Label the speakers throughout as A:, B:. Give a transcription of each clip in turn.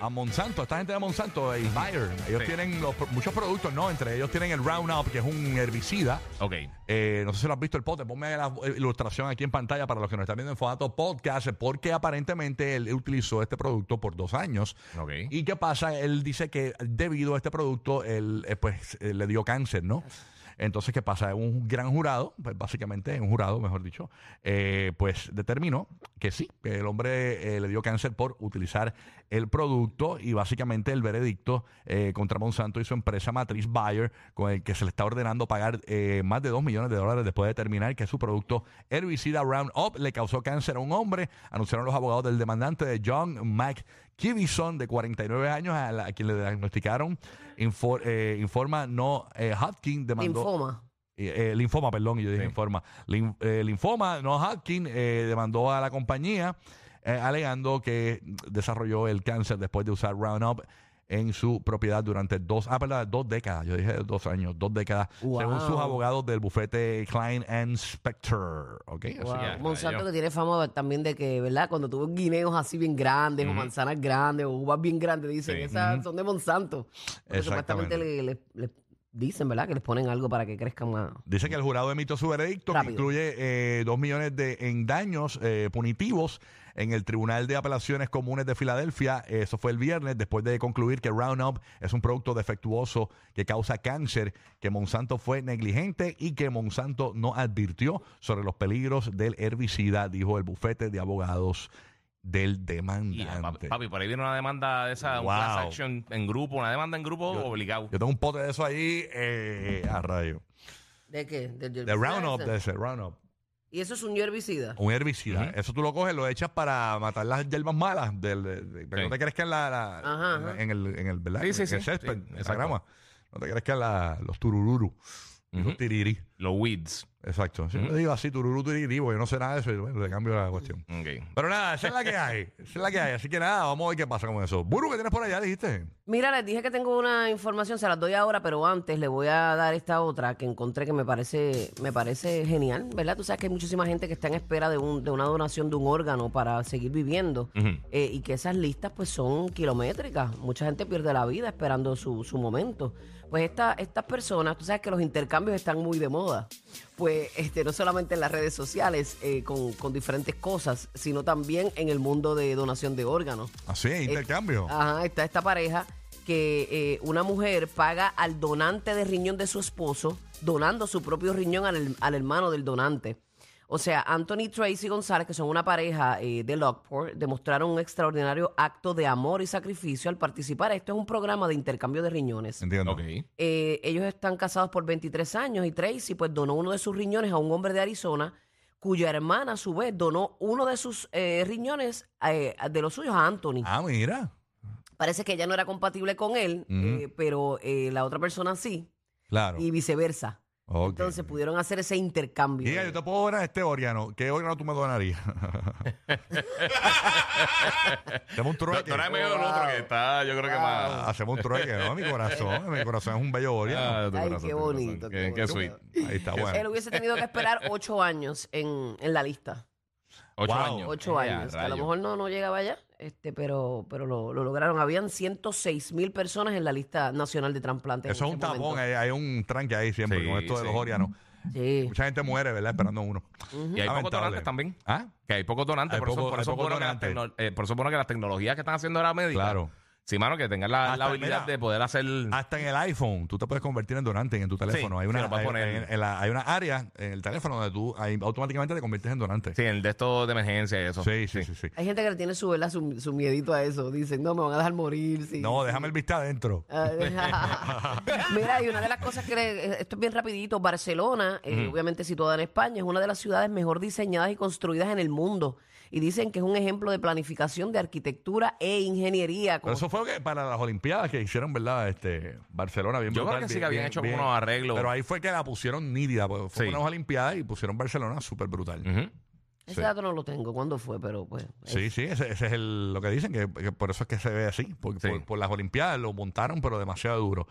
A: a Monsanto, esta gente de Monsanto, el Bayer. Ellos tienen los pro- muchos productos, ¿no? Entre ellos tienen el Roundup, que es un herbicida.
B: Ok.
A: Eh, no sé si lo has visto el pote. Ponme la eh, ilustración aquí en pantalla para los que nos están viendo en formato podcast, porque aparentemente él utilizó este producto por dos años.
B: Ok.
A: ¿Y qué pasa? Él dice que debido a este producto, él eh, pues eh, le dio cáncer, ¿no? Entonces, ¿qué pasa? Un gran jurado, pues básicamente, un jurado, mejor dicho, eh, pues determinó que sí, que el hombre eh, le dio cáncer por utilizar el producto y básicamente el veredicto eh, contra Monsanto y su empresa matriz Bayer, con el que se le está ordenando pagar eh, más de 2 millones de dólares después de determinar que su producto herbicida Roundup le causó cáncer a un hombre, anunciaron los abogados del demandante de John Mac. Kivison, de 49 años, a, la- a quien le diagnosticaron infor- eh, informa no eh, Hodgkin demandó
C: Linfoma.
A: eh, eh, linfoma, perdón, yo dije informa. Lin- eh, linfoma, no Hodgkin, eh, demandó a la compañía eh, alegando que desarrolló el cáncer después de usar Roundup en su propiedad durante dos, ah, perdón, dos décadas, yo dije dos años, dos décadas, según sus abogados del bufete Klein and Specter, ¿ok? Así
C: Wow.
B: ya,
C: Monsanto
B: cayó.
C: que tiene fama también de que, ¿verdad? Cuando tuvo guineos así bien grandes o manzanas grandes o uvas bien grandes, dicen,
B: Sí.
C: esas son de Monsanto. Porque
A: Exactamente.
C: supuestamente le, le- le dicen, ¿verdad? Que les ponen algo para que crezcan más.
A: Dice que el jurado emitió su veredicto,
C: Rápido.
A: que incluye eh, dos millones de en daños eh, punitivos en el Tribunal de Apelaciones Comunes de Filadelfia. Eso fue el viernes, después de concluir que Roundup es un producto defectuoso que causa cáncer, que Monsanto fue negligente y que Monsanto no advirtió sobre los peligros del herbicida, dijo el bufete de abogados del
B: Y, ah, papi,
A: demandante.
B: papi, por ahí viene una demanda de esa, un
A: Wow.
B: class action en grupo, una demanda en grupo obligado.
A: Yo tengo un pote de eso ahí eh, a rayo.
C: ¿De qué? Del
A: De Roundup,
C: ese.
A: de ese Roundup.
C: Y eso es un herbicida.
A: Un herbicida.
B: Ujú.
A: Eso tú lo coges, lo echas para matar las hierbas malas, del, de- de- para que
B: Sí.
A: no te crezcan la, la-
C: Ajá, ajá.
A: En, el, en el, ¿verdad?
B: Sí,
A: En-
B: sí,
A: en el
B: sí.
A: césped,
B: Sí,
A: en la
B: exacto.
A: grama. No te crezcan la- los turururu, y los
B: Ujú.
A: tiriri.
B: Los weeds.
A: Exacto. Si yo
B: Ujú.
A: digo así, tururú, tiriri, porque yo no sé nada de eso, y bueno, le cambio la cuestión.
B: Ok.
A: Pero nada, esa es la que hay. Esa es la que hay. Así que nada, vamos a ver qué pasa con eso. Buru, que tienes por allá? Dijiste.
C: Mira, les dije que tengo una información, se las doy ahora, pero antes le voy a dar esta otra que encontré que me parece, me parece genial, ¿verdad? Tú sabes que hay muchísima gente que está en espera de, un- de una donación de un órgano para seguir viviendo
B: Ujú.
C: eh, y que esas listas pues son kilométricas. Mucha gente pierde la vida esperando su, su momento. Pues esta- estas personas, tú sabes que los intercambios están muy de moda. Pues este, no solamente en las redes sociales eh, con, con diferentes cosas, sino también en el mundo de donación de órganos.
A: Así,
B: Eh,
A: intercambio.
C: Este
B: ah,
C: Ajá, está esta pareja que eh, una mujer paga al donante de riñón de su esposo, donando su propio riñón al, al hermano del donante. O sea, Anthony y Tracy González, que son una pareja eh, de Lockport, demostraron un extraordinario acto de amor y sacrificio al participar. Esto es un programa de intercambio de riñones.
A: Entiendo.
B: Ok.
C: Eh, ellos están casados por 23 años y Tracy pues donó uno de sus riñones a un hombre de Arizona cuya hermana a su vez donó uno de sus eh, riñones eh, de los suyos a Anthony.
A: Ah, mira.
C: Parece que ella no era compatible con él,
A: Ujú.
C: eh, pero eh, la otra persona sí,
A: Claro.
C: y viceversa.
A: Ok.
C: Entonces
B: pues,
C: pudieron hacer ese intercambio.
A: Giga, yo te puedo donar este órgano. ¿Qué órgano tú me donarías? Hacemos un trueque.
B: Doctora, medio el otro que está, yo creo que más.
A: Hacemos un trueque, ¿no? Mi corazón. Mi corazón es un bello órgano.
B: Ah, tu
C: Ay,
B: corazón,
C: qué
B: tu corazón.
C: bonito, qué
B: Qué, qué
C: bonito.
B: sweet.
A: Ahí está,
C: él
A: bueno.
C: hubiese tenido que esperar ocho años en, en la lista.
B: Ocho
A: Wow.
B: años.
C: Ocho
B: Eh,
C: años. A lo
B: rayo.
C: mejor no, no llegaba allá, este, pero, pero lo, lo lograron. Habían 106 mil personas en la lista nacional de trasplantes. en
A: Eso es
C: ese
A: un tapón.
C: momento.
A: Hay, hay un tranque ahí siempre
B: Sí,
A: con esto de los
B: sí.
A: órganos.
C: Sí.
A: Mucha gente muere, ¿verdad? Esperando uno.
B: Y hay
A: Lamentable.
B: pocos donantes también.
A: ¿Ah?
B: Que hay pocos donantes.
A: Hay
B: por, eso,
A: poco-
B: por,
A: hay
B: eso es
A: pocos
B: bueno que las
A: donantes.
B: tecno- eh, por eso es bueno que las tecnologías que están haciendo ahora médicas
A: Claro.
B: Sí, mano, que tengas la,
A: Hasta,
B: la habilidad
A: mira, Ah.
B: de poder hacer.
A: Hasta en el iPhone, tú te puedes convertir en donante en tu teléfono.
B: Sí,
A: hay,
B: sí,
A: una,
B: lo puedes
A: hay-
B: poner.
A: en- en la- hay una área en el teléfono donde tú ahí automáticamente te conviertes en donante.
B: Sí, el de estos de emergencia y eso.
A: sí, sí. sí, sí.
C: Hay gente que le tiene su, ¿verdad? su, su miedito a eso. Dicen, no, me van a dejar morir. sí.
A: No, déjame el vista adentro.
C: Ah, Mira, y una de las cosas que le- eh, esto es bien rapidito, Barcelona, eh, obviamente situada en España, es una de las ciudades mejor diseñadas y construidas en el mundo. Y dicen que es un ejemplo de planificación de arquitectura e ingeniería.
A: Pero
C: como-
A: eso fue que para las Olimpiadas que hicieron, ¿verdad? Este, Barcelona, bien
B: Yo creo
A: brutal,
B: que sí
A: bien-
B: que habían
A: bien-
B: hecho
A: bien.
B: unos arreglos.
A: Pero ahí fue que la pusieron nítida. porque Fue
B: Sí. Mm.
A: unas Olimpiadas y pusieron Barcelona súper brutal.
B: Ujú.
C: Ese
A: sí.
C: dato no lo tengo, ¿cuándo fue? Pero pues...
A: Sí, sí, ese, ese es el- lo que dicen, que, que por eso es que se ve así. Porque
B: Sí.
A: por, por las Olimpiadas lo montaron, pero demasiado duro.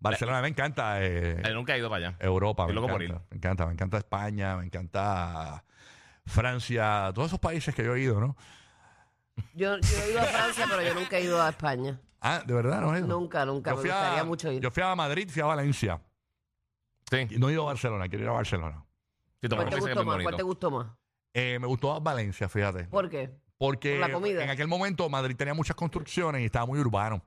A: Barcelona me encanta. eh,
B: Él nunca ha ido para allá.
A: Europa, me
B: Estoy loco
A: encanta,
B: por
A: me encanta, me encanta España, me encanta Francia, todos esos países que yo he ido, ¿no?
C: Yo, yo he ido a Francia, pero yo nunca he ido a España.
A: Ah, de verdad no he ido.
C: Nunca, nunca.
A: Yo
C: Me
A: fui a-
C: gustaría mucho ir.
A: Yo fui a Madrid, fui a Valencia.
B: Sí.
A: Y no he ido a Barcelona, quiero ir a Barcelona.
B: Sí,
C: ¿Cuál
B: Tomaco
C: te
B: dice que es
C: gustó
B: bien
C: más? ¿Cuál te
B: bonito.
C: gustó más?
A: Eh, me gustó Valencia, fíjate.
C: ¿Por qué?
A: porque
C: por la comida.
A: en aquel momento Madrid tenía muchas construcciones y estaba muy urbano.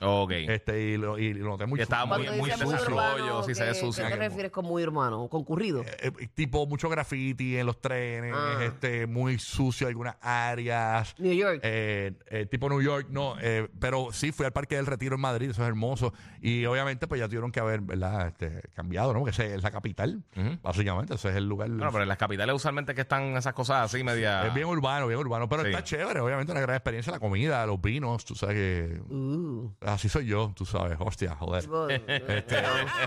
B: Ok.
A: Este, y lo, y lo noté muy
B: Y estaba
A: muy-
C: Cuando
B: muy
C: dices
B: sucio,
C: urbano, eh,
B: sí,
C: ¿qué-
B: se ve sucio.
C: ¿Qué te refieres con muy urbano? ¿Concurrido?
A: eh, eh, tipo mucho graffiti en los trenes,
C: Ah.
A: este, muy sucio algunas áreas.
C: New York.
A: Eh, eh, tipo New York, no, eh, pero sí fui al Parque del Retiro en Madrid, eso es hermoso. Y obviamente, pues ya tuvieron que haber, ¿verdad? Este, cambiado, ¿no? Porque ese es la capital,
B: Ujú.
A: básicamente, ese es el lugar.
B: Bueno, pero en las capitales usualmente que están esas cosas así, media.
A: Es bien urbano, bien urbano, pero
B: Sí.
A: está chévere, obviamente, una gran experiencia, la comida, los vinos, tú sabes que.
C: Uh.
A: Así soy yo, tú sabes, hostia, joder.
C: Tipo,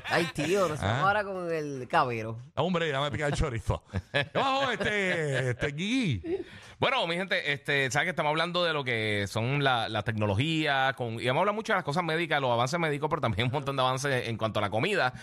C: Ay, tío, nos vamos ahora con el cabero.
A: Hombre, dame picar el chorizo. Vamos, este, este Gigi.
B: Bueno, mi gente, este, sabes que estamos hablando de lo que son la- las tecnologías, con, y hemos hablado mucho de las cosas médicas, los avances médicos, pero también un montón de avances en cuanto a la comida.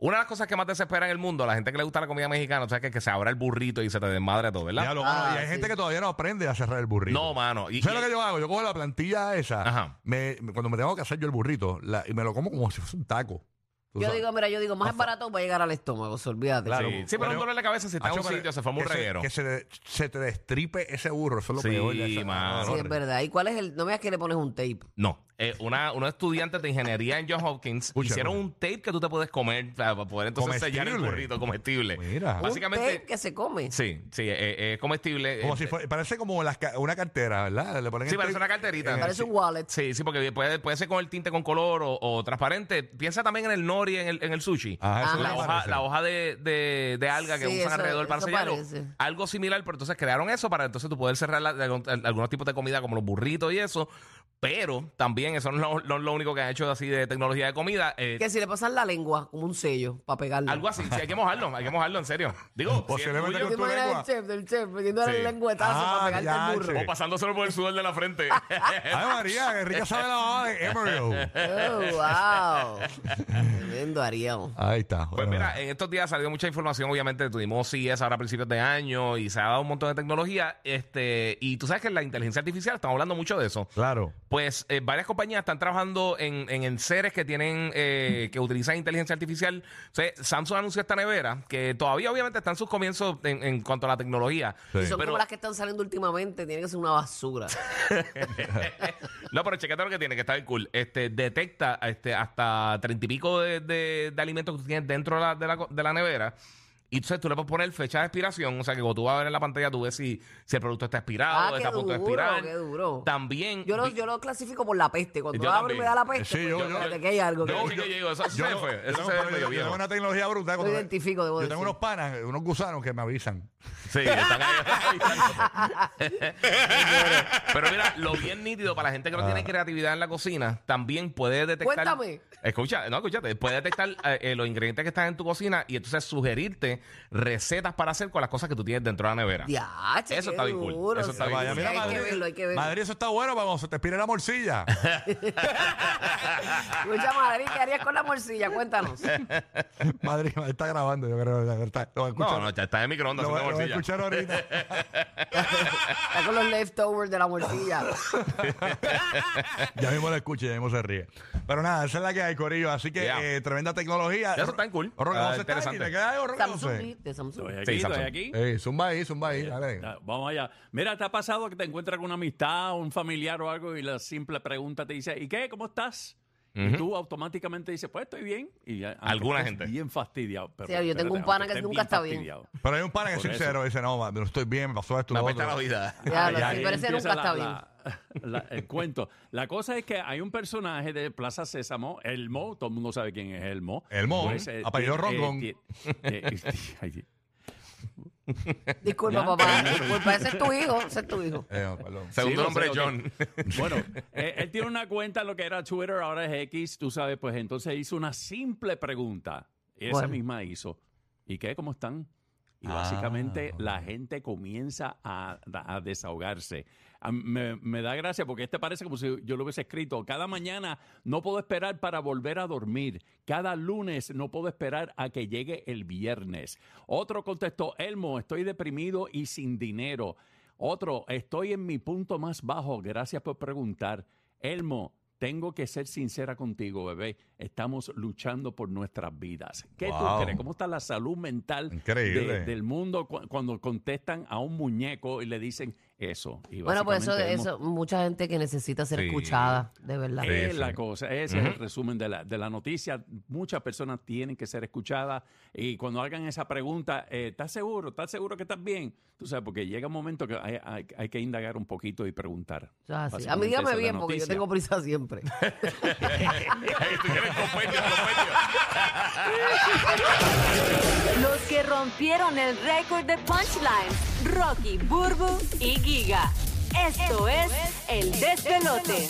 B: Una de las cosas que más desespera en el mundo, a la gente que le gusta la comida mexicana, o sea, que, que se abra el burrito y se te desmadre todo, ¿verdad?
A: Ya lo- mano,
C: Ah,
A: y hay
C: sí.
A: gente que todavía no aprende a cerrar el burrito.
B: No, mano. Y,
A: ¿Sabes
B: y-
A: lo que yo hago? Yo cojo la plantilla esa.
B: Ajá.
A: me- me- cuando me tengo que hacer yo el burrito, la- y me lo como como si fuese un taco. Tú
C: Yo
A: sabes.
C: digo, mira, yo digo, más es barato para llegar al estómago, se olvídate.
A: Claro.
B: sí, sí, pero un dolor de cabeza si está en
A: Hacho,
B: un
A: pero
B: sitio, se forma un
A: que se-
B: reguero.
A: Que se, de- se te destripe ese burro. Eso es lo
B: Sí,
A: peor. de esa- Ah,
B: mano.
C: Sí, es verdad. ¿Y cuál es el? No me digas que le pones un tape.
B: No, eh, una, unos estudiantes de ingeniería en Johns Hopkins
A: Escucha,
B: hicieron
A: no.
B: un tape que tú te puedes comer para para poder entonces sellar el
A: Comestible.
B: burrito comestible.
A: Mira.
C: Un
B: Básicamente,
C: tape que se come.
B: sí, sí, eh, eh, es comestible.
A: Como
B: Eh,
A: si fue- parece como las ca- una cartera, ¿verdad? Le ponen
B: Sí,
A: el
B: parece
A: tape,
B: una carterita.
A: eh, sí.
C: Parece un wallet.
B: Sí, sí, porque puede, puede ser con el tinte con color o, o transparente. Piensa también en el nori, en el, en el sushi.
A: Ajá, Ah, eso
C: Ajá.
A: es lo
B: La
A: que
B: hoja,
A: parece.
B: la hoja de, de- de alga que
C: Sí,
B: usan
C: eso-
B: alrededor para
C: eso
B: sellarlo.
C: parece.
B: Algo similar, pero entonces crearon eso para entonces tú poder cerrar la- algún- algunos tipos de comida como los burritos y eso. Pero también eso no es lo, no es lo único que han hecho así de tecnología de comida. Eh,
C: Que si le pasan la lengua, como un sello, para pegarlo.
B: algo así, sí, hay que mojarlo, hay que mojarlo, en serio. Digo, si es
A: Posiblemente
B: tuyo,
A: con
C: ¿Te
A: tu
C: imaginas
A: lengua.
C: el chef, del chef, metiéndole
B: Sí.
C: el lengüetazo
A: Ah,
C: para pegarte el burro?
A: diache.
B: o pasándoselo por el sudor de la frente.
A: Ay, María, que rica sabe la hoja de Emerald.
C: Oh, wow. Tremendo haríamos.
A: Ahí está.
B: Pues
A: bueno.
B: mira, en estos días salió mucha información, obviamente, tuvimos CES ahora a principios de año y se ha dado un montón de tecnología. Este, y tú sabes que la inteligencia artificial, estamos hablando mucho de eso.
A: Claro.
B: Pues eh, varias compañías están trabajando en, en, en seres que tienen, eh, que utilizan inteligencia artificial. O sea, Samsung anunció esta nevera, que todavía obviamente está en sus comienzos en, en cuanto a la tecnología.
A: Sí.
C: Y son
B: Pero-
C: como las que están saliendo últimamente, tiene que ser una basura.
B: No, pero chequete lo que tiene, que está bien cool. Este, detecta este, hasta treinta y pico de, de- de alimentos que tú tienes dentro de la, de la, co- de la nevera. Y entonces tú le puedes poner fecha de expiración. O sea, que cuando tú vas a ver en la pantalla, tú ves si, si el producto está expirado,
C: Ah, qué
B: está a punto de
C: duro,
B: expirar.
C: qué duro.
B: También.
C: Yo lo,
B: vi-
C: yo lo clasifico por la peste. Cuando
B: Yo
C: abro y
B: también.
C: me da la peste,
A: Sí,
C: pues
A: yo-
C: yo,
A: yo-
C: espérate que hay algo. que-
B: yo-
C: Yo,
B: yo- llego, eso- eso se fue, eso se
A: pero
B: fue
A: yo-
B: medio
A: yo
B: viejo.
A: tengo una tecnología brutal. cuando me-
C: identifico, debo
A: Yo
C: decir.
A: tengo unos panas, unos gusanos que me avisan.
B: Sí, están ahí. Pero mira, lo bien nítido para la gente que no
A: Ah.
B: tiene creatividad en la cocina, también puede detectar.
C: Cuéntame.
B: Escucha, no, escúchate. Puede detectar eh, eh, los ingredientes que están en tu cocina y entonces sugerirte recetas para hacer con las cosas que tú tienes dentro de la nevera.
C: Diache,
B: Eso
C: qué
B: está bien cool.
C: duro,
B: Eso está
C: sí.
B: bien
A: Vaya,
B: cool.
A: mira,
C: hay que
A: Madrid,
C: verlo, hay que verlo.
A: Madrid, eso está bueno para cuando se te expire la morcilla.
C: Escucha, Madrid, ¿qué harías con la morcilla? Cuéntanos.
A: Madrid, Madrid está grabando, yo creo. ya Está, lo va a
B: No,
A: escuchar-
B: no, ya está en microondas.
A: lo,
B: eso
A: va-
B: es
A: lo va
B: una
A: a
B: morcilla.
A: escuchar ahorita.
C: Está con los leftovers de la morcilla.
A: ya mismo lo escucha y ya mismo se ríe. Pero nada, esa es la que hay, Corillo. Así que
B: Yeah.
A: eh, tremenda tecnología.
B: Eso está en cool.
A: Roque
B: Ah,
A: José está ahí,
B: interesante.
A: ¿te queda algo, Roque
C: Samsung
A: José?
C: Samsung
A: Sí.
C: Geek de Samsung.
B: Sí, Eh.
D: Estoy aquí, estoy
B: Samsung.
D: aquí.
A: Ey, zumba ahí, zumba ahí. dale.
D: Ah, Vamos allá. Mira, ¿te ha pasado que te encuentras con una amistad, un familiar o algo y la simple pregunta te dice, ¿y qué? ¿Cómo estás? Y tú automáticamente dices, pues estoy bien. Y ya, aunque
B: Alguna
D: estés
B: gente.
D: Bien fastidiado. Pero,
C: Sí, yo tengo un
D: espérate,
C: pana
D: aunque
C: que
D: estés
C: nunca
D: bien
C: está bien.
D: fastidiado.
A: Pero hay un pana que es
D: Por eso.
A: sincero, dice, no, ma, no estoy bien, me pasó esto.
B: Me
A: lo
B: apesta
A: otro".
B: la vida.
C: Ya, lo-
A: Ya,
C: sí,
A: ya
C: pero ese
D: Ah, empieza
C: nunca está bien.
D: la- la- la- el cuento. La cosa es que hay un personaje de Plaza Sésamo, Elmo, todo el mundo sabe quién es Elmo. Pues, eh,
A: Elmo, apellido Rondón.
D: Rondón. eh,
C: Disculpa,
D: Ya.
C: papá. Disculpa, ese es tu hijo. Ese es tu hijo.
A: Eh, perdón.
B: Segundo
D: Sí, lo
B: nombre
D: sé,
B: es
D: ok.
B: John.
D: Bueno, eh, él tiene una cuenta, lo que era Twitter, ahora es X, tú sabes, pues entonces hizo una simple pregunta. Y esa
C: ¿Cuál?
D: misma hizo. ¿Y qué? ¿Cómo están? Y
A: Ah,
D: básicamente la gente comienza a, a desahogarse. A- me, me da gracia porque este parece como si yo lo hubiese escrito. Cada mañana no puedo esperar para volver a dormir. Cada lunes no puedo esperar a que llegue el viernes. Otro contestó, Elmo, estoy deprimido y sin dinero. Otro, estoy en mi punto más bajo. Gracias por preguntar. Elmo, tengo que ser sincera contigo, bebé. Estamos luchando por nuestras vidas. ¿Qué
A: Wow.
D: tú crees? ¿Cómo está la salud mental
A: Increíble.
D: de- del mundo cu- cuando contestan a un muñeco y le dicen eso? Y
C: Bueno, pues eso,
D: básicamente
C: eso, mucha gente que necesita ser
B: Sí.
C: escuchada, de verdad.
D: hemos- Es
A: Sí,
D: la
A: sí.
D: cosa, ese es el resumen de la, de la noticia. Muchas personas tienen que ser escuchadas y cuando hagan esa pregunta, eh, ¿estás seguro? ¿Estás seguro que estás bien? Tú sabes, porque llega un momento que hay, hay- hay que indagar un poquito y preguntar.
C: O sea, Ah, sí. A mí
D: Básicamente esa
C: dígame
D: es la
C: bien, porque yo
D: noticia.
C: tengo prisa siempre.
B: Tú quieres compendio, compendio.
E: Los que rompieron el récord de punchlines, Rocky, Burbu y Giga. Esto es El Despelote.